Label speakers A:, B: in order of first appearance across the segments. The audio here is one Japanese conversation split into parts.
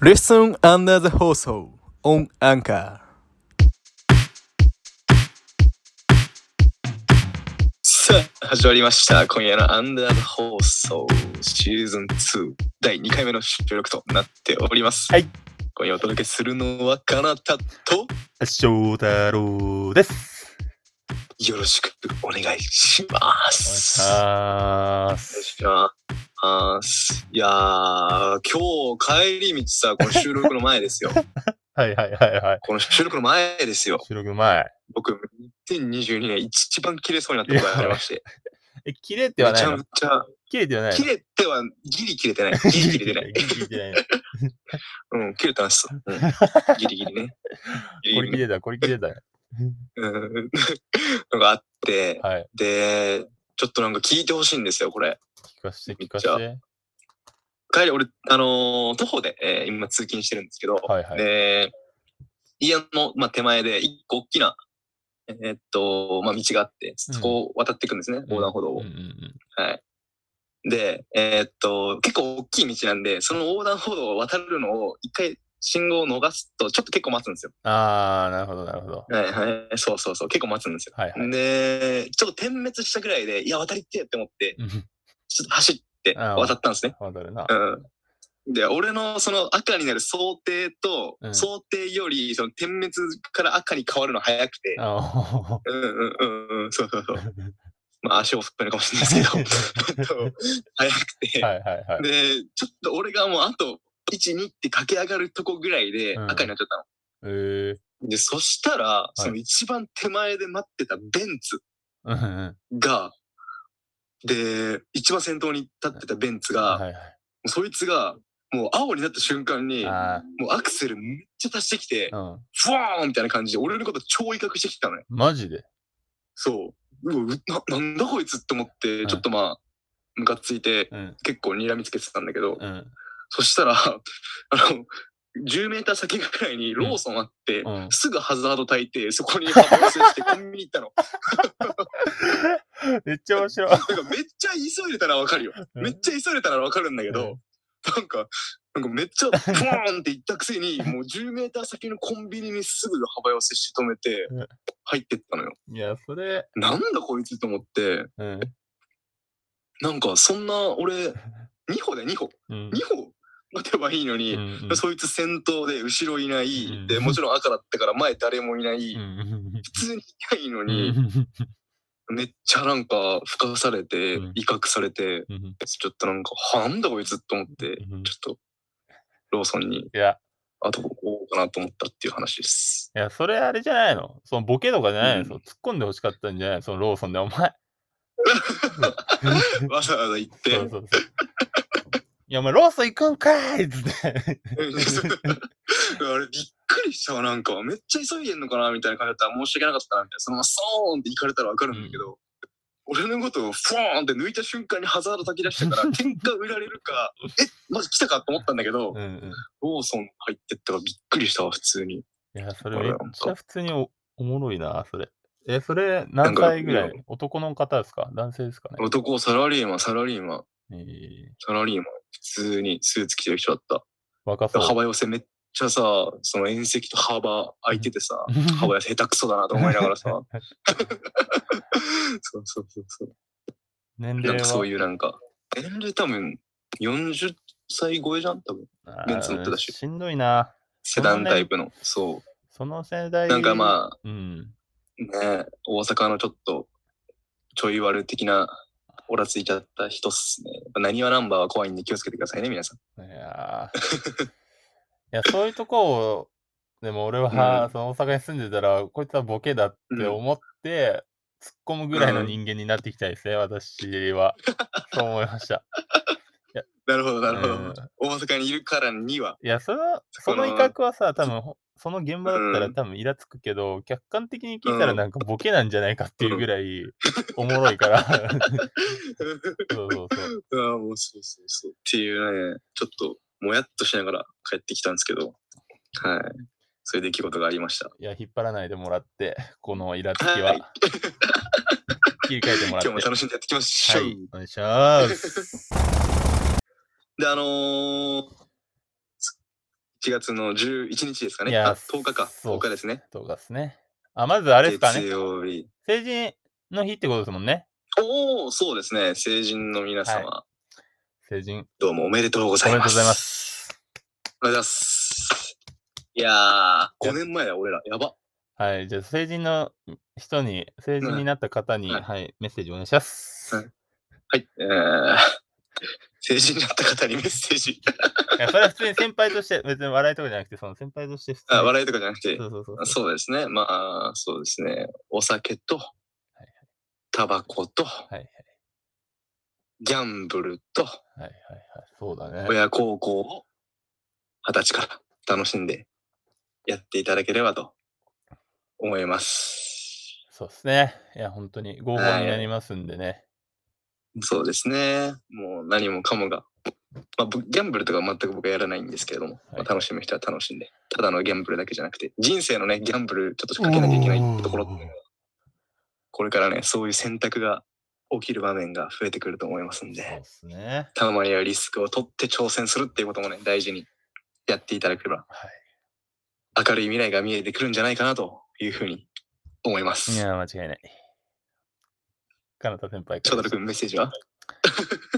A: Listen under the 放送 on anchor
B: さあ始まりました今夜のアンダー放送シーズン2第2回目の収録となっております、
C: はい、
B: 今夜お届けするのはかなたと
C: 翔太郎です。
B: よろしくお願いします
C: あ
B: お願いしますいやー今日帰り道さこの収録の前 ですよ
C: はいはいはいはい。
B: この収録の前ですよ
C: 収録前。
B: 僕2022年一番切れそうになったことがありま して
C: え、切れて
B: め
C: はな
B: ち
C: い
B: ゃ
C: の
B: めちゃ
C: 切れてはないの
B: 切れてはギリ切れて ないギリ切れてない
C: ギリ切れてないの。
B: うん、切れたんです。 うん、ギリギリね。ギ
C: こ
B: リ
C: れ
B: ギ
C: 切
B: リね。
C: れた、これ切れた。は
B: うん、 のがあって、
C: い。
B: で、ちょっとなんか聞いてほしいんですよ、これ。
C: 聞かせて、聞かせて。はい
B: 帰り、俺、あのー徒歩で、えー今通勤してるんですけど、
C: はい。
B: で、家の、まあ、手前で一個大きな、えーっと、まあ、道があって、そこを渡っていくんですね、横断歩道
C: うん
B: を
C: うん。うん。
B: で、えーっと、結構大きい道なんで、その横断歩道を渡るのを一回信号を逃すと、ちょっと結構待つんですよ。
C: あー、なるほど、なるほど。
B: はいはい。そうそうそう。結構待つんですよ。
C: はいはい。
B: で、ちょっと点滅したぐらいで、いや、渡りってえって思って、
C: うん
B: ちょっと走って
C: ああ
B: 渡ったんですね。
C: わかるな
B: う。ん。で、俺のその赤になる想定と、
C: うん
B: 想定より、その点滅から赤に変わるの早くて、
C: あ
B: うんうんうんうん、そうそうそう。
C: ー
B: まあ、足を振ったのかもしれない ですけど、早くて、
C: はいはいはい。
B: で、ちょっと俺がもうあと、1、2って駆け上がるとこぐらいで
C: うん
B: 赤になっちゃったの。
C: えー。
B: で、そしたら、
C: い
B: その一番手前で待ってたベンツ
C: うんうん。
B: が、で、一番先頭に立ってたベンツが、
C: はいはい。
B: そいつが、もう青になった瞬間に、
C: あ
B: もうアクセルめっちゃ足してきて
C: ー、、うん。
B: ふわーんみたいな感じで、俺のこと超威嚇してきたのね。
C: マジで
B: そう。うわうな、なんだこいつって思って、
C: ん
B: ちょっとまあ、ムカついて、
C: うん。
B: 結構睨みつけてたんだけど、
C: うん。
B: そしたら、 あの、10メーター先ぐらいにローソンあって、
C: うん。
B: すぐハザード焚いて、そこにハマせしてコンビニ行ったの。
C: めっちゃ面白い。
B: なんかめっちゃ急いでたらわかるよ。
C: うん
B: めっちゃ急いでたらわかるんだけど、なんか、なんかめっちゃポーンって行ったくせ に、もう10メーター先のコンビニにすぐ幅寄せし止めて
C: うん、
B: 入ってったのよ。
C: いや、それ。
B: なんだこいつと思って、
C: うん。
B: なんかそんな俺、2歩で2歩、
C: うん
B: 2歩待てばいいのに、
C: うんうん
B: そいつ先頭で後ろいない、
C: うん
B: で、もちろん赤だったから前誰もいない、
C: うん
B: 普通にいないのに、めっちゃなんか吹かされて、
C: うん
B: 威嚇されて、ちょっとなんか、はなんだこいつと思って、
C: うん
B: ちょっと、ローソンに
C: いや、
B: 後を追おうかなと思ったっていう話です。
C: いや、それあれじゃないのそのボケとかじゃないの、
B: うん
C: その突っ込んで欲しかったんじゃないのそのローソンで、お 前。
B: わざわざ行って、
C: そうそうそう。いや、お前、ローソン行くんかーいっつって。
B: あれびっくりしたわ、なんか、めっちゃ急いでんのかなみたいな感じだったら申し訳なかったな、みたいな。そのままソーンって行かれたらわかるんだけど、俺のことをフォーンって抜いた瞬間にハザード焚き出したから、喧嘩売られる か、え、マジ来たかと思ったんだけど
C: う、んうん。
B: ローソン入ってったからびっくりしたわ、普通に。
C: いや、それ
B: こ
C: め
B: れ
C: っ
B: は
C: ちゃ普通におおもろいな、それ。え、それ何歳ぐらい男の方ですか男性ですかね、
B: 男、サラリーマン、サラリーマン、
C: えー
B: サラリーマン、普通にスーツ着てる人だった。
C: 若そう。
B: 幅寄せめっちゃさ、その縁石と幅空いててさ、
C: うん
B: 幅寄せ下手くそだなと思いながら さ。そうそうそうそう。
C: 年
B: なん
C: 齢
B: か
C: は。
B: そういうなんか、年齢多分40歳超えじゃん多分。
C: あー
B: ベンツ乗ってたし
C: しんどいな。
B: セダンタイプの。そ
C: その世代。
B: う。なんかまあ
C: あ。うん。、
B: ね、大阪のちょっと、ちょい悪的な、オラついちゃった人っすね。なにわナンバーは怖いんで気をつけてくださいね、皆さん。
C: いやー いや、そういうとこを、でも俺は、
B: うん
C: その大阪に住んでたら、こいつはボケだって思って、突っ込むぐらいの
B: うん
C: 人間になってきたいですね、私は。そう思いました。
B: なるほど、なるほ
C: うん
B: ど。大阪にいるからには。
C: いや、それは、その威
B: その
C: 嚇はさ、多分ほその現場だった
B: う
C: ら
B: ん
C: 多分イラつくけど、客観的に聞いたら
B: うん
C: なんかボケなんじゃないかっていうぐらいおもろいから。 そうそうそう。
B: うわもうそうそうそう。っていうね、ちょっともやっとしながら帰ってきたんですけど、はい。そういう出来事がありました。
C: いや、引っ張らないでもらって、このイラつき
B: は、
C: はい切り替えても
B: 今
C: らって。
B: 日も楽しんでやっていきましょう。
C: はい、お願いします。
B: で、あのー、 1月の11日ですか
C: い
B: ね。
C: や
B: あ、10日か。
C: そう
B: 10日ですね。
C: そうですね。あ、まずあれですか
B: 月
C: ね。
B: 曜日。
C: 成人の日ってことですもんね。
B: おお、そうですね。成人の皆様、
C: 成人。
B: どうもおめでとうございます。。
C: おめでとうございます
B: おめでとうございます。いやー、5年前だ、俺ら。やば。
C: はい。じゃあ、成人の人に、成人になった方に、
B: うんはい
C: はい、メッセージお願いします。
B: はいはい。えー、 成人になった方にメッセージ。
C: いや、それは普通に先輩として、別に笑いとかじゃなくて、その先輩として普通に。
B: あ笑いとかじゃなくて
C: そ、うそうそうそう。
B: そうですね。まあ、そうですね。お酒と
C: いはい、
B: タバコと、
C: はいはい
B: ギャンブルと、
C: はいはいはい。そうだね。
B: 親孝行を二十歳から楽しんでやっていただければと思います。
C: そうですね。いや、本当に合法
B: はい
C: になりますんでね。
B: そうですね。もう何もかもが。まあ、ぶギャンブルとか全く僕はやらないんですけれども、まあ
C: はい
B: 楽しむ人は楽しんで、ただのギャンブルだけじゃなくて、人生のね、ギャンブルちょっと仕掛けなきゃいけないところっていうのが、これからね、そういう選択が起きる場面が増えてくると思いますん
C: そう
B: で、
C: ですね。
B: たまにはリスクを取って挑戦するっていうこともね、大事にやっていただければ
C: は
B: 明るい未来が見えてくるんじゃないかなというふうに思いま
C: い。い
B: す。
C: や、間違いない。かなた先輩
B: 翔太
C: から
B: 郎君メッセージは、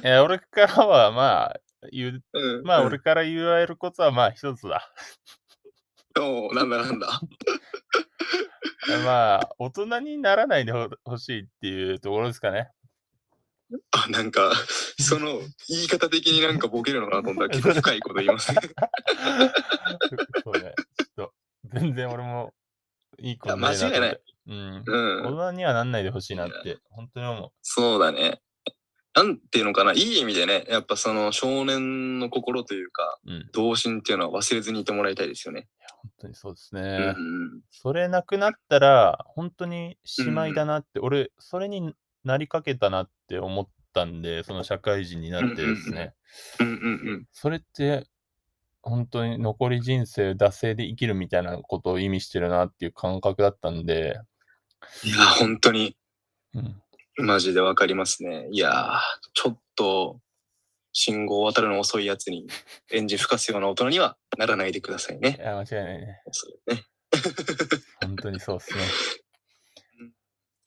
C: いや、俺からは、まあ、言う、
B: うん
C: まあ、俺。から言われることは、まあ、一つだ。
B: おうなんだなんだ。
C: まあ、大人にならないでほほしいっていうところですかね。
B: あ、なんか、その言い方的になんかボケるのかなと思ったら結 構深いこと言いますね。
C: そうね。ちょっと、全然俺も、いいこと
B: いや間違いない
C: と思って。
B: う
C: うん。大
B: ん。
C: 人にはなんないでほしいなって、本当に思
B: そうだね。なんていうのかな、いい意味でね、やっぱその少年の心というか、
C: う。うん。いや
B: 童心っていうのは忘れずにいてもらいたいですよね。
C: 本当にそうです
B: う
C: ね。
B: ん。
C: それなくなったら、本当にしまいだなって、俺、それになりかけたなって思ったんで、その社会人になってです
B: うんうんうん
C: ね。
B: うんうん
C: それって、本当に残り人生惰性で生きるみたいなことを意味してるなっていう感覚だったんで、
B: うん。いや、本当に
C: うん、
B: マジでわかりますね。いやー、ちょっと、信号を渡るの遅いやつに、エンジン吹かすような大人にはならないでください
C: い
B: ね。
C: や、間違いないね。
B: そうね。
C: 本当にそうです ね。
B: い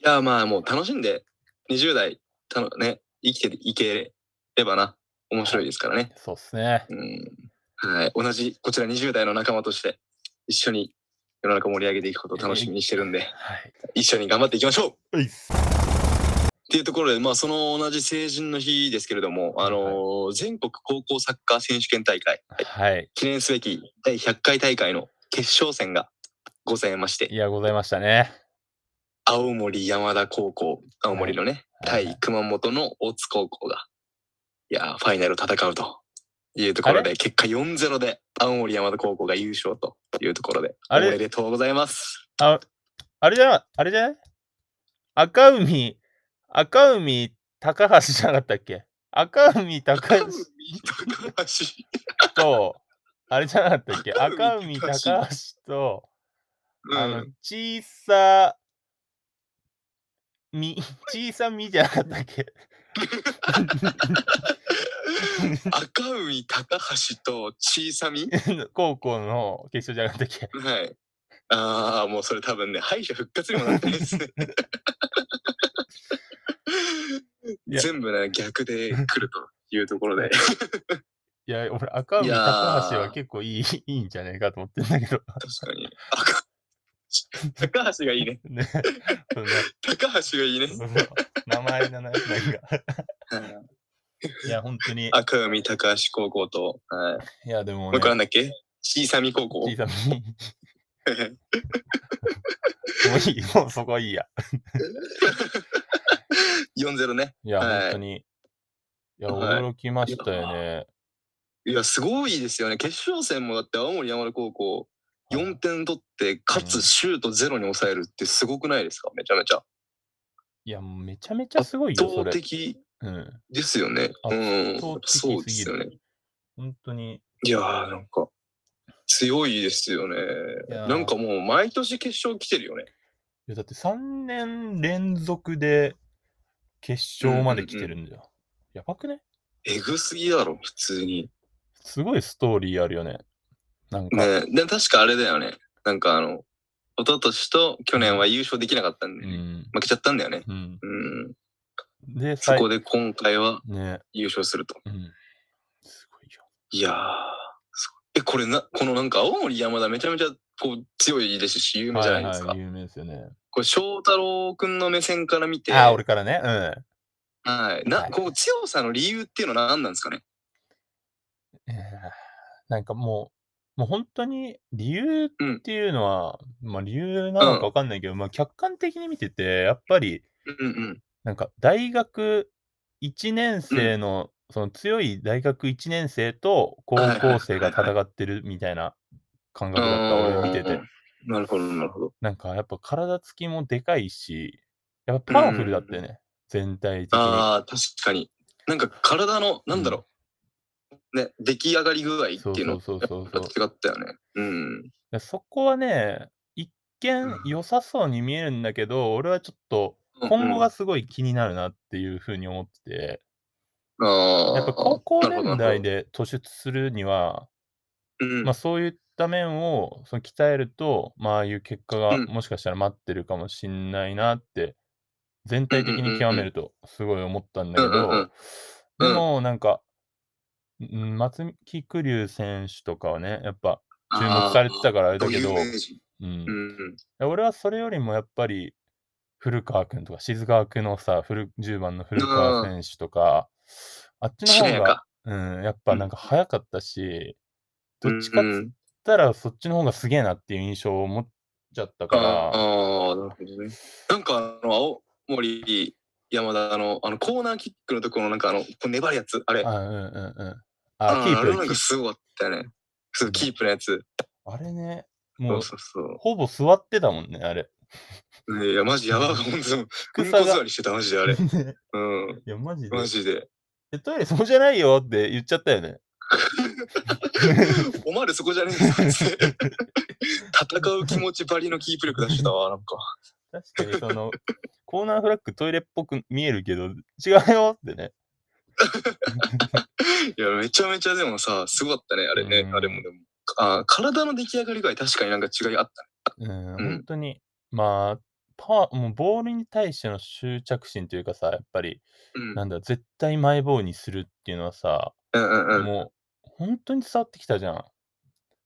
B: やー、まあ、もう楽しんで、20代、たのね、生きていければな、面白いですからね。
C: そうですね。
B: うん。はい。同じ、こちら20代の仲間として、一緒に世の中盛り上げていくことを楽しみにしてるんで、
C: はい。
B: 一緒に頑張っていきましょうっ
C: うい
B: ていうところで、まあ、その同じ成人の日ですけれども、あのー全国高校サッカー選手権大会、
C: はい。
B: 記念すべき第100回大会の決勝戦がございまして
C: い、や、ございましたね。
B: 青森山田高校、青森のね、
C: はい
B: 対熊本の大津高校が、いやー、ファイナルを戦うというところ
C: あ
B: で、結果4-0で青森山田高校が優勝というところで、
C: あれ
B: おめでとうございます。
C: あ、あれじゃな、あれじゃない赤海、赤海高橋じゃなかったっけ赤海高橋
B: 高橋
C: と、あれじゃなかったっけ赤
B: 赤
C: 海
B: 海
C: 高
B: 高
C: 橋
B: 橋
C: と、あ
B: う
C: の
B: ん、、
C: 小さ、み、 小さみじゃなかったっけ
B: 赤海高橋と小さみ
C: 高校の決勝じゃなかったっけ
B: はい。ああ、もうそれ多分ね、敗者復活にもなってないですね。
C: いや
B: 全部ね、逆で来るというとこ ろで。
C: いや、俺、赤海
B: いや
C: 高橋は
B: ー
C: 結構いい、いいんじゃねえかと思ってんだけど。
B: 確かに。赤高橋がいいね。
C: ね。その
B: 高橋がいいね。
C: その名前のななんか。 いや、本当に。
B: 赤海高橋高校と、はい
C: いや、で
B: もう
C: も、ね
B: 一個、なんだっけ小さみ高校。
C: 小さみ。 もういい、もうそこはいいや。
B: 4-0ね。
C: いや、
B: はい
C: 本当に。いや、
B: はい
C: 驚きましたよね。
B: いや、すごいですよね。決勝戦もだって青森山田高校、4点取って、か
C: うん
B: つシュートゼロに抑えるってすごくないですかめちゃめちゃ。
C: いや、もうめちゃめちゃすごいよ、
B: 圧
C: そ
B: 倒
C: れ。
B: 的
C: うん。
B: ですよね。
C: あ
B: うん
C: 圧倒。的
B: そうです
C: ぎ
B: すよね。
C: る。本当に。
B: いやー、なんか、強いですよね
C: い。やー
B: なんかもう毎年決勝来てるよね。
C: いや、だって3年連続で決勝まで来てるんだよ。やばくね
B: えぐすぎだろ、普通に。
C: すごいストーリーあるよね。なんか。
B: ねでも確かあれだよね。なんかあの、一昨年と去年は優勝できなかったん
C: う
B: で、
C: ん。
B: 負けちゃったんだよね。
C: うん。
B: うん。
C: で、
B: そ
C: 最
B: こで
C: 後。
B: 今回は
C: ね。
B: 優勝すると。
C: うん。すごいよ。
B: いやー。すごいえ、これな、このなんか青森山田めちゃめちゃこう強いですし、有名じゃないですか。
C: はいはい、有名ですよね。
B: これ翔太郎くんの目線から見て、
C: ああ、俺からね。うん。
B: はい。な、
C: はい
B: こう強さの理由っていうのは何なんですかね
C: いやーなんかもう、もう本当に理由っていうのは、まあ理由なのかわかんないけど、まあ客観的に見てて、やっぱり、
B: うんうん。
C: なんか大学1年生の、その強い大学1年生と高
B: はいはいはいはい
C: 校生が戦ってるみたいな感覚だった、俺見てて。。
B: なるほど、なるほど。
C: なんかやっぱ体つきもでかいし、やっぱパワフルだったよね、全体的に。
B: ああ、確かに。なんか体の、なんだろう、ね、出来上がり具合っていうの
C: そうそうそうそう
B: やっぱ違ったよね。うん。
C: でそこはね、一見
B: うん
C: 良さそうに見えるんだけど、俺はちょっと今後がすごい気になるなっていうふうに思ってて、
B: うん、ああ。
C: やっぱ高校
B: なるほど
C: 年代、で突出するには、
B: なるほどうん
C: まあ、そういった面をその鍛えると、まあ、ああいう結果が
B: うん
C: もしかしたら待ってるかもしんないなって、全体的に極めるとすごい思ったんだけ
B: うんうんうん
C: ど、でもなんか、うん松木玖生選手とかはね、やっぱ注目されてたからあれだけど
B: あ、ー有名人
C: うん
B: うんうん、
C: 俺はそれよりもやっぱり古川君とか静川君のさ古10番の古川選手とかあっちの
B: しなや
C: 方が
B: か。
C: うんやっぱなんか早かったし、どっちかっ
B: う
C: つっ
B: ん
C: たらそっちの方がすげえなっていう印象を持っちゃった
B: あ
C: か
B: ー
C: ら
B: あー、なるほどね。なんか、あの、青森山田の、あの、コーナーキックのところの、なんか、あの、こう粘るやつ、あれ。
C: あうんうんうんあ
B: ー
C: キ
B: あ
C: ー
B: れ
C: プ
B: なんかすごかったよね。そう、キープのやつ。
C: あれね
B: そ
C: もう
B: うそうそう。
C: ほぼ座ってたもんねあれ
B: ねいや、マジやばい。ほんと、う
C: 低
B: ん
C: さ
B: こ
C: が
B: 座りしてた、マジであ れ。
C: ね
B: うん。
C: いやマジで
B: マジ で。
C: えトイレそうじゃないよって言っちゃったよね
B: お前らそこじゃねえぞ。戦う気持ちばりのキープ力出してたわ、なんか。
C: 確かにそ のコーナーフラッグトイレっぽく見えるけど違うよってね
B: いや、めちゃめちゃでもさ、すごかったね、あれね
C: う。ん
B: あれもでも。あ体の出来上がり具合、確かになんか違いあったね。
C: うん
B: うん
C: 本当にまあパワーもうボールに対しての執着心というかさやっぱり
B: うん。
C: なんだ絶対マイボールにするっていうのはさ、
B: うんうんうん。
C: もう本当に伝わってきたじゃん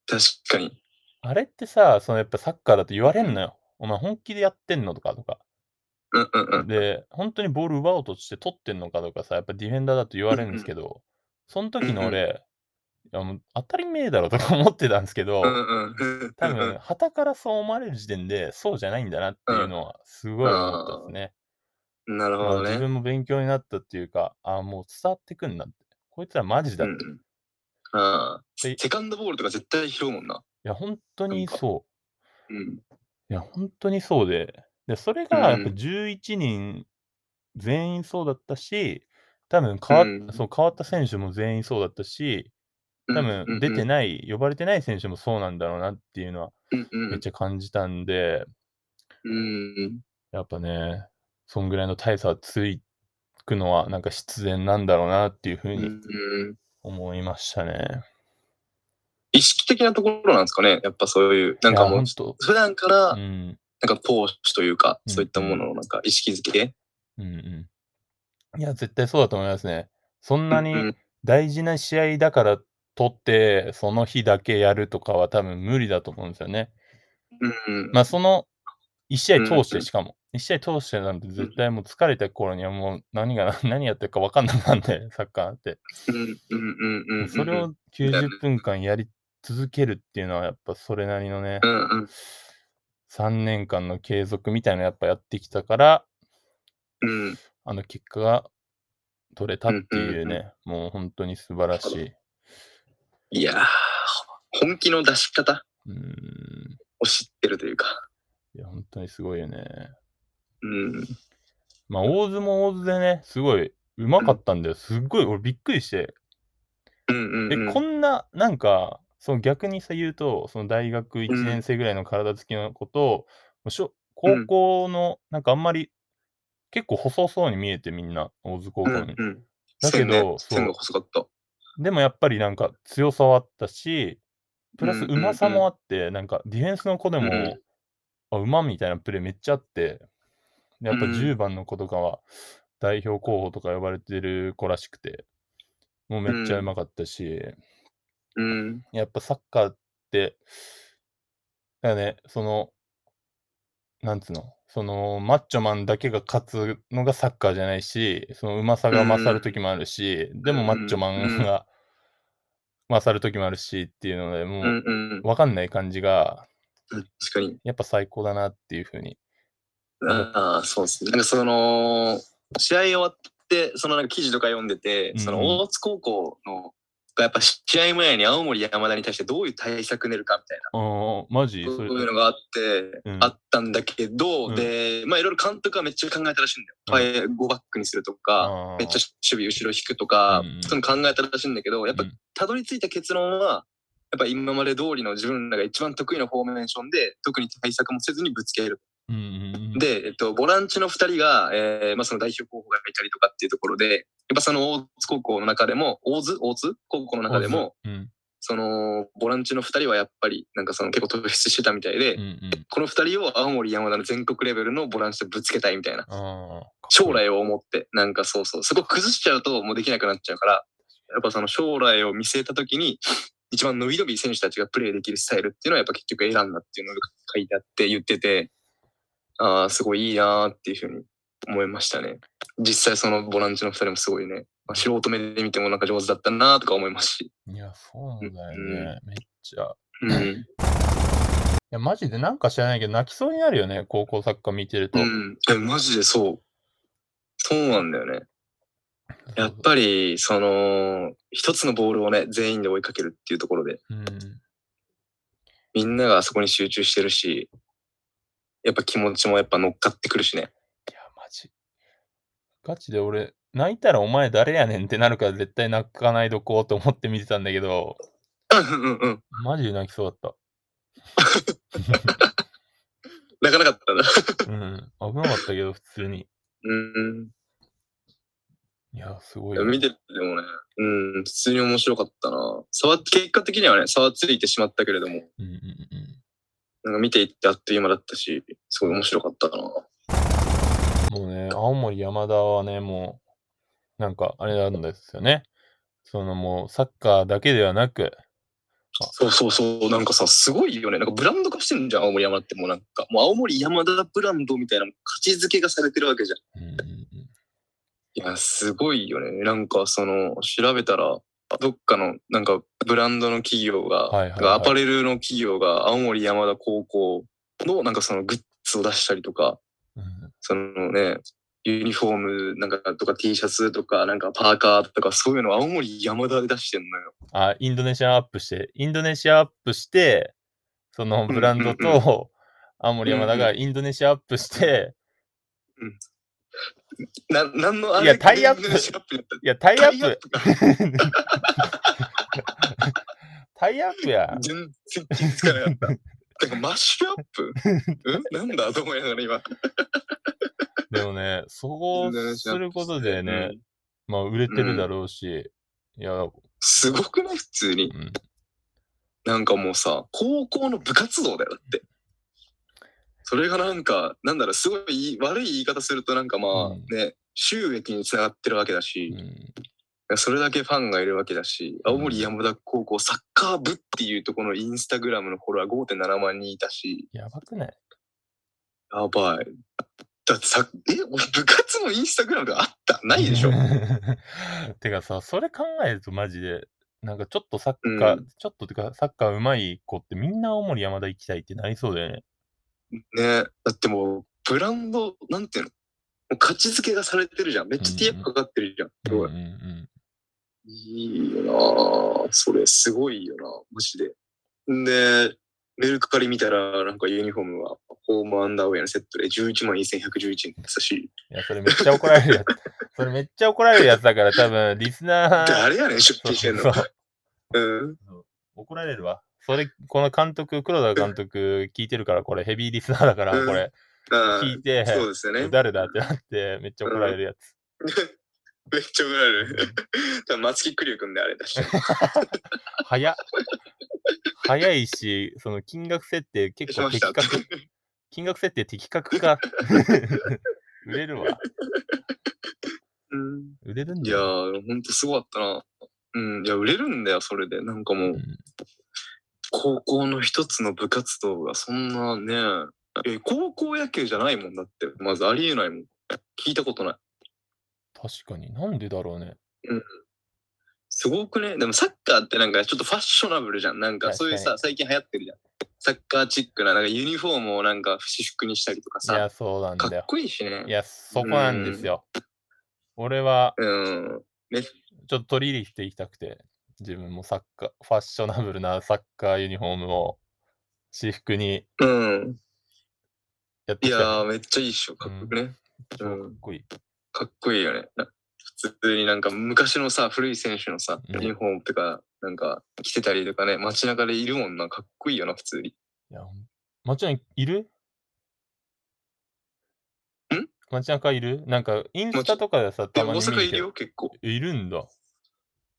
B: 確かに。
C: あれってさそのやっぱサッカーだと言われんのよお前本気でやってんのとかとか
B: うんうんうん。
C: で本当にボール奪おうとして取ってんのかとかさやっぱディフェンダーだと言われるんですけどその時の俺いやもう当たり前だろとか思ってたんですけど、
B: うんうんうん。
C: 多分、旗からそう思われる時点で、そうじゃないんだなっていうのは、すごい思ったですね。
B: なる
C: だか
B: ほ
C: ら
B: ど
C: 自
B: ね。
C: 分も勉強になったっていうか、ああ、もう伝わってくんなって。こいつらマジ
B: う
C: だって。
B: ん
C: い
B: ああ。
C: で
B: セカンドボールとか絶対拾うもんな。
C: や、本当
B: なん
C: に
B: か
C: そ
B: うん。
C: う。いや、本当にそうで。で、それがやっぱ11人全員そうだったし、多分変わっ
B: うん
C: そう変わった選手も全員そうだったし、多分出て
B: ない。
C: ない、呼ばれてない選手もそうなんだろうなっていうのは
B: うんうん
C: めっちゃ感じたんで、
B: うんうん。
C: やっぱね、そんぐらいの大差ついくのは、なんか必然なんだろうなっていうふう
B: うんう
C: に
B: ん。
C: 思いましたね。
B: 意識的なところなんですかね。やっぱそういう、なん
C: い
B: か
C: や
B: もう
C: ほ、と
B: 普段から、
C: う
B: なん
C: ん、
B: か投資というか、
C: うん
B: そういったもののなんか意識づけ。
C: うん、うん。いや、絶対そうだと思いますね。そんな
B: うんう
C: に
B: ん
C: 大事な試合だから取って、その日だけやるとかは多分無理だと思うんですよね。
B: うんうん。
C: まあ、その1試
B: うんう
C: 合
B: ん
C: 通して、しかも。1試合通してなんて絶対もう疲れた頃にはもう何が 何やってるか分かんなくなって、 サッカーなんて。
B: うんうんうんうんうん。
C: それを90分間やり続けるっていうのはやっぱそれなりのね
B: う、んうん
C: 3年間の継続みたいなのやっぱやってきたから、
B: うん。
C: あの結果が取れたっていう
B: うん
C: ね、もう本当に素晴らしい。
B: いやー、本気の出し方
C: うーん。
B: を知ってるというか。
C: いや、本当にすごいよね。
B: うん。
C: まあ、大相撲大相でね、すごい上手かったんだよ。すっごい、俺びっくりして。
B: うんうん
C: え、
B: うん。
C: こんな、なんか、その逆にさ言うと、その大学
B: う
C: 1
B: ん
C: 年生ぐらいの体つきのことを、しょ
B: う
C: 高
B: ん
C: 校の、なんかあんまり、結構細そうに見えてみんな、大津高校
B: う
C: に。
B: んうん。
C: だけ
B: 線ね
C: どそう
B: 線が細かった。
C: でもやっぱりなんか強さはあったし、プラス
B: うん
C: うまさもあって、なんかディフェンスの子でも
B: うん、
C: あ、うまみたいなプレーめっちゃあって、でやっぱ
B: うん
C: 10番の子とかは代表候補とか呼ばれてる子らしくて、もうめっちゃうまかったし、
B: うん。
C: やっぱサッカーって、だからね、その、なんつうの、その、マッチョマンだけが勝つのがサッカーじゃないし、そのうまさが勝る時もあるし、でもマッチョマンが勝る時もあるしっていうので、も
B: うん。う
C: う、
B: ん。
C: わかんない感じが、
B: 確かに。
C: やっぱ最高だなっていうふうに。
B: ああ、そうですね。なんかその、試合終わって、そのなんか記事とか読んでて、
C: うん
B: その大津高校の、がやっぱ試合前に青森山田に対してどういう対策練るかみたいな、
C: ああ、マジそ
B: そう
C: れ。
B: いうのがあって、
C: うん
B: あったんだけど、
C: うん
B: で、まあいろいろ監督がめっちゃ考えたらしいん
C: うん
B: だよ。5バックにするとか、
C: あー
B: めっちゃ守備後ろ引くとか
C: うん、
B: そういうの考えたらしいんだけど、やっぱ
C: うん
B: たどり着いた結論は、やっぱ今まで通りの自分らが一番得意なフォーメーションで、特に対策もせずにぶつける。
C: うんうんうん、
B: で、えっと、ボランチの2人が、えーまあ、その代表候補がいたりとかっていうところで、やっぱその大津高校の中でも、大津大津高校の中でも、
C: うん、うん
B: その、ボランチの2人はやっぱり、なんかその結構突出してたみたいで、
C: うんうん。
B: この2人を青森山田の全国レベルのボランチでぶつけたいみたいな。
C: ああ。
B: 将来を思って、なんかそうそう、そこ崩しちゃうともうできなくなっちゃうから、やっぱその将来を見据えた時に、一番伸び伸び選手たちがプレーできるスタイルっていうのはやっぱ結局選んだっていうのが書いてあって言ってて、ああ、すごいいいなーっていうふうに思いましたね。実際そのボランチの二人もすごいね、まあ、素人目で見てもなんか上手だったなーとか思いますし。
C: いや、そうだよね。めっちゃ。
B: うん。
C: いや、マジでなんか知らないけど、泣きそうになるよね、高校サッカー見てると。
B: うん。え、マジでそう。そうなんだよね。やっぱり、その、一つのボールをね、全員で追いかけるっていうところで、
C: うん。
B: みんながあそこに集中してるし、やっぱ気持ちもやっぱ乗っかってくるしね。
C: いや、マジ。ガチで俺、泣いたらお前誰やねんってなるから絶対泣かないどこうと思って見てたんだけど、
B: うんうんうん。
C: マジで泣きそうだっ
B: なかなかったな。
C: た。うん。危なかったけど、普通に。
B: うん
C: いや、すごい
B: うん。
C: よ。
B: 見ててもね、うん、普通に面白かったな。差は、結果的にはね、差はついてしまったけれども、
C: うんうんうん
B: なんか見ていってあっという間だったし、すごい面白かったな。
C: うん。もうね、青森山田はね、もう、なんか、あれなんですよね。そのもう、サッカーだけではなく、
B: そうそうそう、なんかさ、すごいよね。なんかブランド化してるじゃん、青森山田ってもうなんか、もう青森山田ブランドみたいな価値づけがされてるわけじゃん。
C: うんうんうん。
B: いや、すごいよね。なんか、その、調べたら、どっかの、なんか、ブランドの企業が、
C: はいはいはい
B: がアパレルの企業が、青森山田高校の、なんかその、グッズを出したりとか、
C: うん
B: そのね、ユニフォームなんかとか T シャツとか、なんかパーカーとか、そういうの青森山田で出してんのよ。
C: あ、インドネシアアップして、インドネシアアップして、そのブランド
B: うんうん
C: と、青森山田がインドネシアアップして、
B: な、なんのあれ
C: いやタイアップ
B: でシャップだった
C: いや、タイアッ
B: タイアップ
C: プ
B: か
C: タイアッ プや。
B: 全然気づかなか った。なんかマッシュアップ うんなんだと思いながら今。
C: でもね、そうすることでね
B: う、ん
C: まあ、売れてるだろうし、いや、うん
B: すごくない普通に。なんかもうさ、高校の部活動だよ、だって。それがなんか、なんだろう、すごいいい悪い言い方するとなんかまあ
C: うん
B: ね、収益につながってるわけだし、
C: うん
B: それだけファンがいるわけだし、青森山田高校サッカー部っていうとこのインスタグラムのフォロワー5.7万人いたし、
C: やばくない
B: やばい。だってさ、え、俺部活のインスタグラムとかあったないでしょ
C: てかさ、それ考えるとマジで、なんかちょっとサッカー、
B: う
C: ちょっとてかサッカー上手い子ってみんな青森山田行きたいってなりそうだよね。
B: ねだってもう、ブランド、なんていうのもう価値付けがされてるじゃん。めっちゃ TF かかってるじゃん。すごい
C: うん。うんうん
B: いいよなぁそれすごいよなマジで。んで、メルカリ見たら、なんかユニフォームは、ホームアンダーウェアのセットで11万1111円だったし、
C: いや、それめっちゃ怒られるやつ。 それめっちゃ怒られるやつだから、多分リスナ ー。
B: 誰やねん、出品してんの
C: そう。そう
B: うん。
C: 怒られるわ。それ、この監督、黒田監督聞いてるから、これヘビーリスナーだから、
B: うん
C: これ
B: あ
C: 聞いて、
B: そうですよね。
C: 誰だってなって、めっちゃ怒られるやつ。
B: めっちゃ怒ら れる。多分松木栗生くんであれだし。
C: 早っ。早いし、その金額設定結
B: し
C: 構
B: まし
C: 的
B: た。
C: 確、金額設定的確か。 売れるわ。
B: うん
C: 売れるん
B: い
C: だ
B: や
C: よ。
B: ー、ほんとすごかったな。うん、いや、売れるんだよ、それで。なんかもう、
C: うん
B: 高校の一つの部活動がそんなね、え、高校野球じゃないもんだって、まずありえないもん。聞いたことない。
C: 確かに。なんでだろうね。
B: すごくね。でもサッカーってなんかちょっとファッショナブルじゃん。なんかそういうさ、最近流行ってるじゃん。サッカーチックな、なんかユニフォームをなんか私服にしたりとか
C: いや、
B: さ、
C: そうなん
B: か
C: だ
B: っ
C: よ。
B: こいいしね
C: い。や、そこなんですよ。俺は、
B: うん。
C: ちょっと取り入れていきたくて、自分もサッカー、ファッショナブルなサッカーユニフォームを私服に
B: うん。
C: やって
B: い
C: き
B: や
C: たよ。
B: ー、めっちゃいいっしょ。かっこよくね。
C: 超かっこいい。
B: かっこいいよね。な普通になんか昔のさ、古い選手のさ、
C: うん
B: ユニフォームとか、なんか着てたりとかね、街中でいるもんな、かっこいいよな、普通に。
C: いや、ほん町中いる
B: ん
C: 町中いるなんか、インスタとかでさ、
B: で、
C: た
B: 大
C: まに見
B: 阪
C: る
B: いる
C: けど。
B: よ、結構。
C: いるんだ。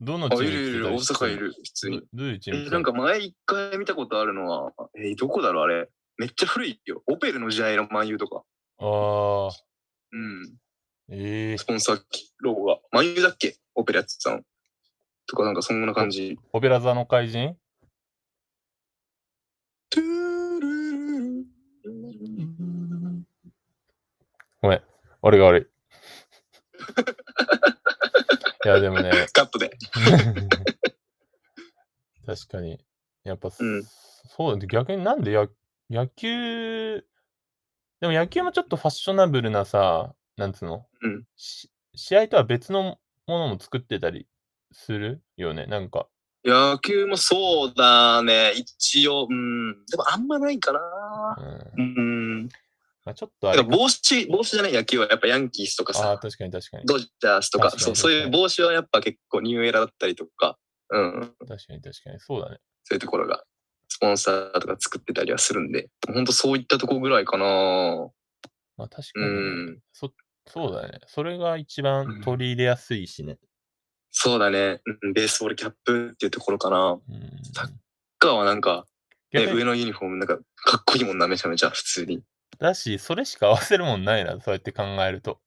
C: どの
B: あ、
C: チ
B: い
C: ーム
B: るいるいる、大
C: 来てた
B: 阪
C: り
B: い
C: すの
B: る、普通に。
C: どどういうチ
B: え
C: ーム来
B: ーな
C: てたの
B: んか前一回見たことあるのは、えーどこだろう、あれ。めっちゃ古いよ。オペルの試合の万有とか。
C: ああ、
B: うん。
C: ええ
B: スポンサーロゴが。万有だっけオペラやってたの。とか、なんかそんな感じ。
C: オペラ座の怪人
B: トゥールルルル
C: 俺が悪 い。いや、でもね、
B: カットで。
C: 確かに。やっぱ、
B: うん
C: そうだね。逆になんでや野球、でも野球もちょっとファッショナブルなさ、なんつうの、
B: うん
C: し試合とは別のものも作ってたりするよね。なんか、
B: 野球もそうだね。一応、うん。でもあんまないかな。
C: うん
B: うん。
C: まあ、ちょっと
B: だ
C: あ
B: から
C: れか
B: 帽子、帽子じゃない野球はやっぱヤンキースとか
C: あー
B: さ、
C: 確かに確かに。
B: ドジャースとか
C: 確かに
B: そう、そういう帽子はやっぱ結構ニューエラだったりとか、うん。
C: 確かに確かに。そうだね。
B: そういうところが、スポンサーとか作ってたりはするんで、ほんとそういったとこぐらいかな。
C: まあ確
B: う
C: かにね、
B: ん。
C: そうだね。それが一
B: うん
C: 番取り入れやすいしね。
B: そうだね。うんベースボールキャップっていうところかな。
C: うん、
B: サッ他はなんか、ね、
C: 逆に
B: 上のユニフォームなんかかっこいいもんな、めちゃめちゃ、普通に。
C: だし、それしか合わせるもんないな、そうやって考えると。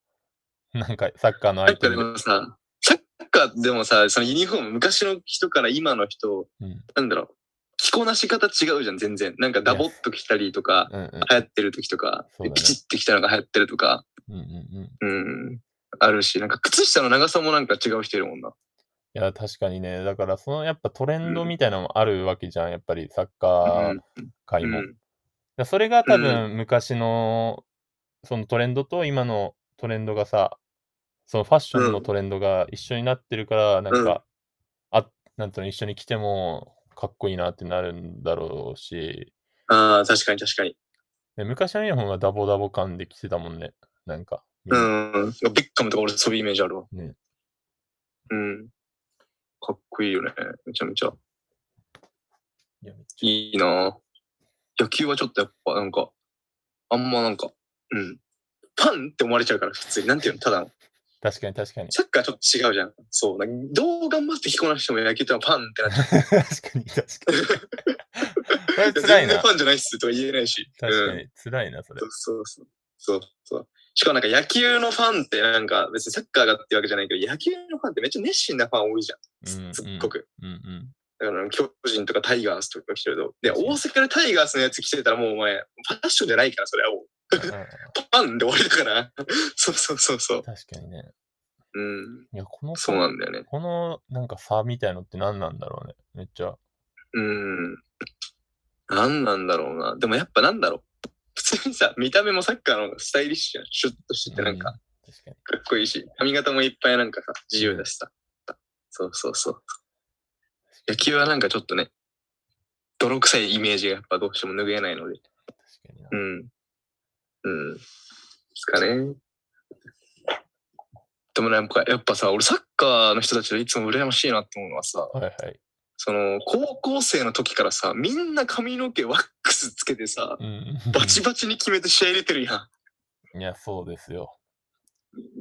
C: なんか、サッカーのア
B: なん
C: イテ
B: かで
C: ム。
B: もさ、サッカーでもさ、そのユニフォーム、昔の人から今の人、
C: うん
B: なんだろう、着こなし方違うじゃん、全然。なんかダボっと着たりとか、
C: うんうん
B: 流行ってる時とか、
C: そうだね
B: ピチって着たのが流行ってるとか、
C: うんうんうん。い
B: うん、あるし、なんか靴下の長さもなんか違う人いるもんな。
C: や、確かにね、だから、そのやっぱトレンド
B: うん
C: みたいなのもあるわけじゃん、やっぱりサッ
B: う
C: カー
B: ん
C: 界
B: う
C: も。
B: ん
C: だそれが多分、昔の、そのトレンドと今のトレンドがさ、そのファッション
B: う
C: の
B: ん
C: トレンドが一緒になってるから、なんか、あ、なんと一緒に来ても、かっこいいなってなるんだろうし、
B: ああ、確かに確かに。
C: で昔のユニフォームはダボダボ感で着てたもんね。なんか。み
B: う。
C: んなん
B: ビッカムとか俺そういうイメージあるわ。
C: ね
B: うん。かっこいいよね。めちゃめちゃ。
C: いやめっちゃ
B: いいなぁ野球はちょっとやっぱなんか、あんまなんか、うん。ファンって思われちゃうから、普通に。なんていうのただの、
C: 確かに確かに。
B: サッカーはちょっと違うじゃん。そう。なんかどう頑張って着こなしても野球とはファンってなっちゃう。
C: 確かに 確かに。それ辛い
B: 全然
C: な。
B: ファンじゃないっすとは言えないし。
C: 確か
B: うん
C: に辛いな、それ
B: そう。そうそう。そうそう。しかもなんか野球のファンってなんか別にサッカーがってわけじゃないけど、野球のファンってめっちゃ熱心なファン多いじゃん。
C: うんうん
B: すすっごく。
C: うんうん。
B: だから巨人とかタイガースとか来てると。で、大
C: 確か
B: 阪で
C: に
B: タイガースのやつ着てたらもうお前、ファッションじゃないから、それはもう。
C: うんうん
B: パンで終わりだから。 そうそうそうそう。
C: 確かにね。
B: うん。
C: いや、この
B: そうなんだよね。
C: このなんか差みたいのって何なんだろうね。めっちゃ。
B: うん。なんなんだろうな。でもやっぱなんだろう。普通にさ、見た目もサッカーの方がスタイリッシュやん。シュッとしててなんか、
C: うん確かに。
B: かっこいいし、髪型もいっぱいなんかさ、自由だしさ。そうそうそう。野球はなんかちょっとね、泥臭いイメージがやっぱどうしても拭えないので。
C: 確かにな
B: う。ん。うん。ですかね。でもなんか、やっぱさ、俺サッカーの人たちでいつも羨ましいなって思うのはさ、
C: はいはい。
B: その、高校生の時からさ、みんな髪の毛ワックスつけてさ、
C: うん。
B: バチバチに決めて試合入れてるやん。
C: いや、そうですよ。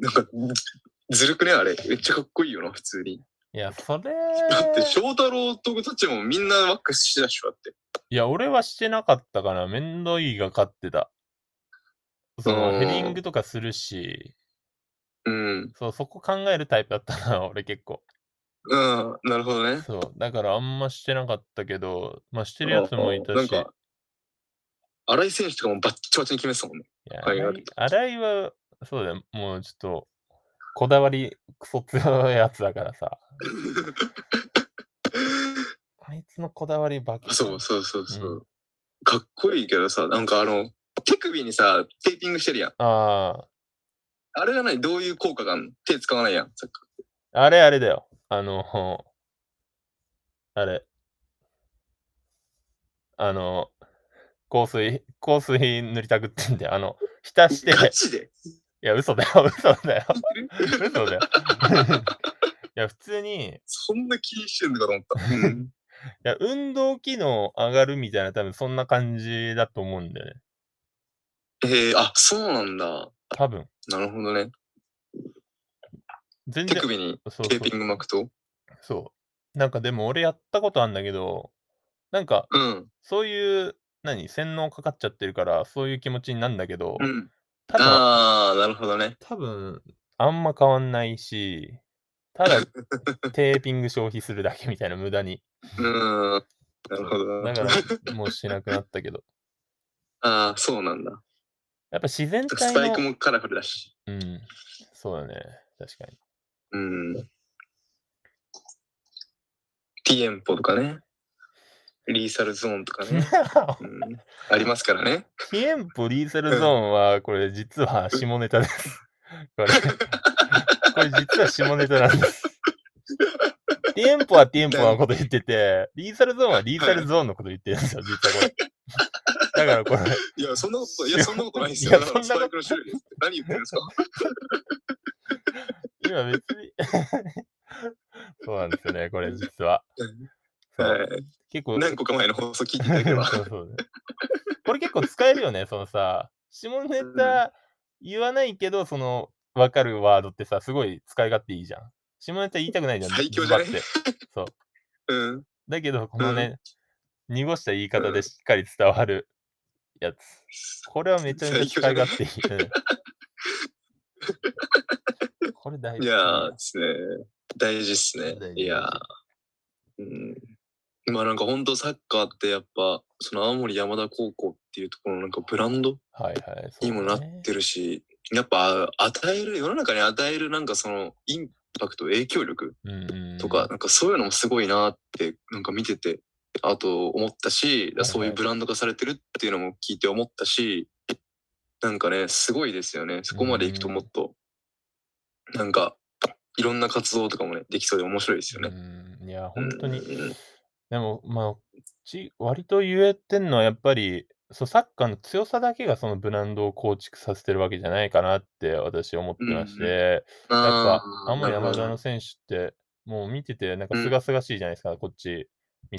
B: なんか、ずるくねあれ。めっちゃかっこいいよな、普通に。
C: いや、それ。
B: だって、翔太郎と僕たちもみんなワックスしてたっしょだって。
C: いや、俺はしてなかったかな。めんどいが勝ってた。その、ヘディングとかするし、
B: うん。
C: そう、そこ考えるタイプだったな、 俺結構。
B: うん。なるほどね。
C: そう、だからあんましてなかったけど、まあしてるやつもいた
B: なん
C: し、
B: か、荒井選手とかもバッチバチに決めてたもんね。
C: いや
B: はい
C: 新
B: あ
C: 井
B: る
C: 新井は、そうだよ、もうちょっと、こだわりクソ強いやつだか らさ、あいつのこだわりばっか
B: そうそうそうそう。
C: うん
B: かっこいいけどさ、なんかあの、手首にさ、テーピングしてるやん。
C: あ
B: あれが何どういう効果があるの手使わないやん。サッカ
C: あ、あれあれだよ。あの、あれ。あの、香水、香水塗りたくってんだよ。あの、浸し
B: ー
C: て、
B: ガチで
C: いや、嘘だよ、 嘘だよ。
B: る
C: 嘘だよ。いや、普通に、
B: そんな気にしてんのかと思 った。うん、
C: いや、運動機能上がるみたいな、多分そんな感じだと思うんだよね。
B: えー、あ、そうなんだ。
C: 多分。
B: なるほどね。
C: 全
B: 手
C: 然。
B: 首に
C: そう
B: テーピング巻くと
C: そうそう。なんかでも俺やったことあるんだけど、なんか
B: うん。
C: そういう、何、洗脳かかっちゃってるから、そういう気持ちになんだけど、
B: うん。
C: ただ、
B: ああ、なるほどね。
C: 多分、あんま変わんないし、た だテーピング消費するだけみたいな無駄に。
B: うん。なるほど。
C: だから、もうしなくなったけど。
B: ああ、そうなんだ。
C: やっぱ自然
B: ス
C: 体
B: パイク
C: の、
B: もカラフルだし。
C: うん、そうだね。確かに。
B: うん。ティエンポとかね。リーサルゾーンとかね。うん、ありますからね。
C: ティエンポリーサルゾーンは、これ実は下ネタです。これ、 これ実は下ネタなんです。ティエンポはティエンポのこと言ってて、リーサルゾーンはリーサルゾーンのこと言ってるんですよ、実はこれ。だからこれ、
B: いや、そんなこと、いや、そんなことないですよ。
C: いや
B: だから
C: そん
B: ス
C: なこ
B: パ
C: と
B: イクの種類ですって。何言ってるんですか
C: 今別に。 そうなんですよね、これ実は。そう
B: はい
C: 結構、
B: 何個か前の放送聞いていただければ。
C: そうそうねこれ結構使えるよね、そのさ、下ネタ言わないけど、その、わかるワードってさ、すごい使い勝手いいじゃん。下ネタ言いたくないじゃん。
B: 最強
C: ズ
B: じゃ
C: バ
B: な
C: っ
B: い
C: て。そう。
B: うん。
C: だけど、このね、濁した言い方でしっかり伝わるやつ。これはめちゃめちゃ使い勝手いい。 うんこれ大事。
B: いやー、ですね。大事っすね
C: 大。事
B: いやー。うん。まあなんか本当サッカーってやっぱ、その青森山田高校っていうところのなんかブランド
C: はいはい。そう
B: にもな
C: だね
B: ってるし、やっぱ与える、世の中に与えるなんかそのインパクト、影響力
C: うんうん
B: とか、なんかそういうのもすごいなって、なんか見てて、あと思ったし、
C: はい
B: そういうブランド化されてるっていうのも聞いて思ったし、なんかね、すごいですよね。そこまでいくと
C: うん
B: もっと、なんか、いろんな活動とかもね、できそうで面白いですよね。
C: うんいや、本当に。
B: うん
C: でも、まあ、ち割と言えてんのは、やっぱりそう、サッカーの強さだけがそのブランドを構築させてるわけじゃないかなって私思ってまし
B: う
C: て、
B: んう
C: やっぱ
B: あ、ー
C: 青森山田
B: なるほ
C: の選手って、もう見てて、なんか
B: うん
C: すがすがしいじゃないですか、こっち見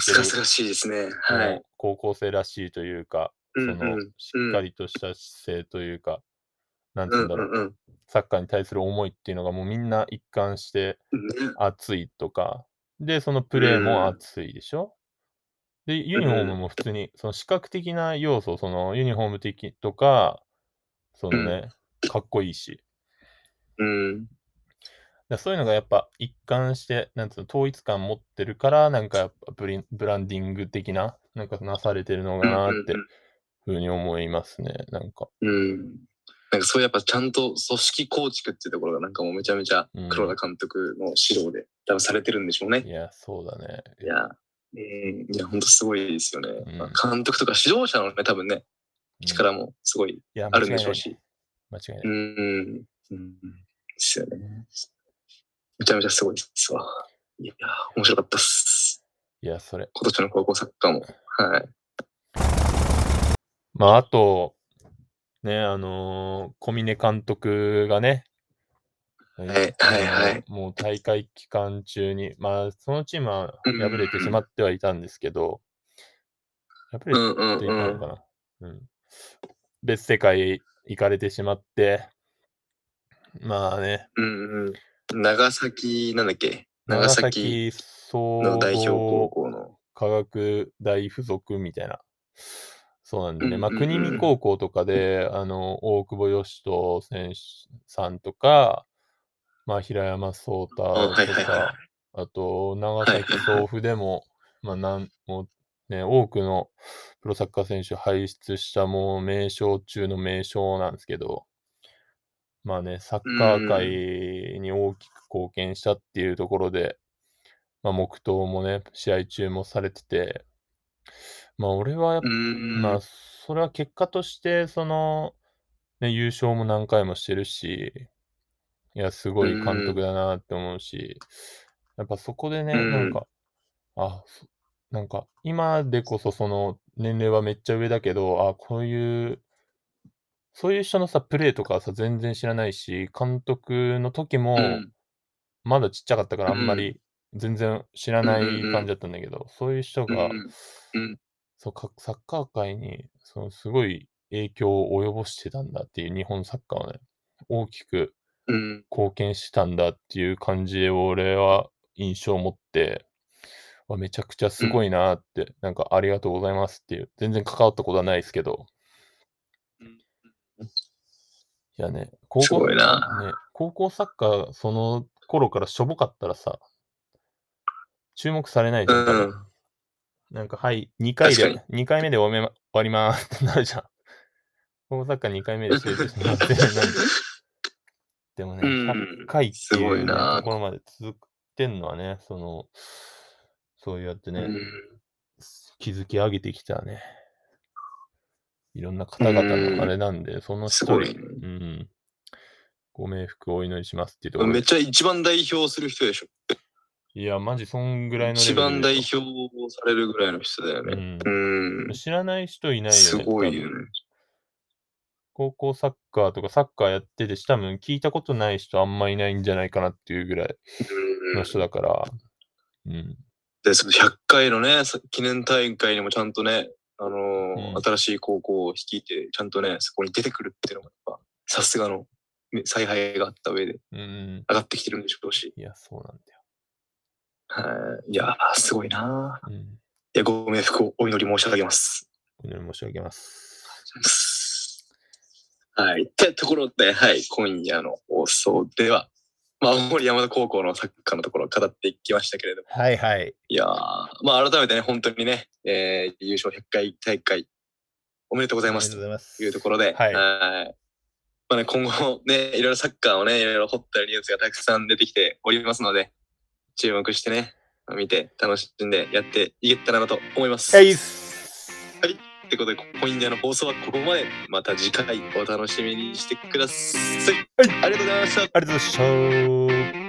B: どす
C: てる
B: がすがしいですね。
C: こ
B: は
C: の
B: い。
C: 高校生らしいというか、
B: うんう
C: その
B: ん
C: しっかりとした姿勢というか、なんて
B: う
C: 言うん
B: んう
C: だろう、
B: んうん
C: サッカーに対する思いっていうのが、もうみんな一貫して、
B: ね
C: 熱いとか、で、そのプレーも
B: うん
C: 熱いでしょ、で、ユニフォームも普通に、その視覚的な要素、そのユニフォーム的とか、そのね、かっこいいし。
B: うん。
C: だそういうのがやっぱ一貫して、なんつうの、統一感持ってるから、なんかやっぱブリンブランディング的な、なんかなされてるのかなって、ふうに思いますね、なんか。
B: うん。なんかそういうやっぱちゃんと組織構築っていうところがなんかもうめちゃめちゃ黒田監督の指導で多分されてるんでしょうね
C: い。や、そうだね。
B: いや、うん、いや本当すごいですよね。
C: ん
B: まあ監督とか指導者のね、多分ね、
C: うん
B: 力もすごい
C: いや
B: あるんでしょうし。
C: 間違いない。間違いない
B: うん。うん。ですよね。めちゃめちゃすごいですわ。いや、面白かったっす。
C: いや、それ。
B: 今年の高校サッカーも。はい。
C: まあ、あと、ね、あのー小峰監督がね、はい
B: はいはい
C: もう大会期間中に、まあ、そのチームは
B: うんうんう
C: 敗
B: ん
C: れてしまってはいたんですけど、敗れ
B: う
C: て
B: んうん
C: いたの
B: う
C: かな、うん別世界へ行かれてしまって、まあね、
B: ん。うんうん。長崎なんだっけ長崎
C: 総
B: の
C: 合
B: 代表高校の。
C: 科学大附属みたいな。そうなんだよね。まあ、
B: うんうんうん
C: 国見高校とかで、あの、大久保義人選手さんとか、まあ、平山壮太
B: あはい
C: と
B: はいはい
C: か、あと、長
B: はい
C: 崎
B: はいはい
C: 総府でも、まあ、なん、もうね、多くのプロサッカー選手輩出したもう名将中の名将なんですけど、まあね、サッカー界に大きく貢献したっていうところで、まあ、黙祷もね、試合中もされてて、まあ、俺はやっ
B: うーん。
C: まあ、それは結果として、その、ね、優勝も何回もしてるし、いや、すごい監督だなって思うし、やっぱそこでね、
B: うん
C: なんか、あ、そなんか、今でこそその、年齢はめっちゃ上だけど、あ、こういう、そういう人のさ、プレーとかはさ、全然知らないし、監督の時も、
B: うん
C: まだちっちゃかったから、あんま
B: うん
C: り全然知らない感じだったんだけど、そういう人が、
B: うんうん
C: そうかサッカー界にそのすごい影響を及ぼしてたんだっていう日本サッカーをね大きく
B: うん。
C: 貢献してたんだっていう感じを俺は印象を持ってわめちゃくちゃすごいなって、なんかありがとうございますっていう全然関わったことはないですけど
B: うん
C: いやね高校
B: すごいな
C: ね、高校サッカーその頃からしょぼかったらさ注目されないじゃん、多分
B: うん。
C: なんか、はい、2回
B: 確
C: で、2回目で終めま終わりますってなるじゃん。 大阪2回目で終了しますってなるじゃんでもね、
B: うん
C: 100回って
B: す
C: い
B: ご
C: う
B: い
C: ね、
B: な
C: ところまで続ってんのはね、その、そうやってね、築き上げてきたね、いろんな方々
B: うん
C: のあれなんで、その一
B: す
C: 人、
B: ごいね
C: うん、ご冥福をお祈りしますっていうとこ
B: うん
C: ろ
B: め
C: で
B: っちゃ一番代表する人でしょ。
C: いや、マジそんぐらいの
B: 一番代
C: でし
B: 表をされるぐらいの人だよ
C: ょ
B: ね。うん
C: うん。。知らない人いないよね。
B: すごい
C: 多分
B: よね。
C: 高校サッカーとかサッカーやっててし、多分聞いたことない人あんまいないんじゃないかなっていうぐらい
B: うん
C: の人だから、うん。
B: で、その100回のね、さ記念大会にもちゃんとね、あのー
C: うん
B: 新しい高校を率いて、ちゃんとね、そこに出てくるっていうのが、やっぱ、さすがのね采配があった上で
C: うん。
B: 上がってきてるんでしょうし。
C: いや、そうなんだよ。
B: はい。いやー、すごいなー
C: うん。
B: いや、ご冥福をお祈り申し上げます。
C: お祈り申し上げます。
B: はい。ってところで、はい、今夜の放送では、まあ、青森山田高校のサッカーのところを語っていきましたけれども
C: はいはい。
B: いやー、まあ改めてね、本当にね、えー優勝100回大会、おめでとうございます
C: ございま
B: と
C: す
B: いうところで、
C: はい
B: いまあね、今後ね、いろいろサッカーをね、いろいろ掘ったニュースがたくさん出てきておりますので、注目してね、見て楽しんでやっていけたらなと思います。
C: はいっす。
B: ってことで、今夜の放送はここまで。また次回お楽しみにしてください。ありがとうございました。
C: ありがとうございました。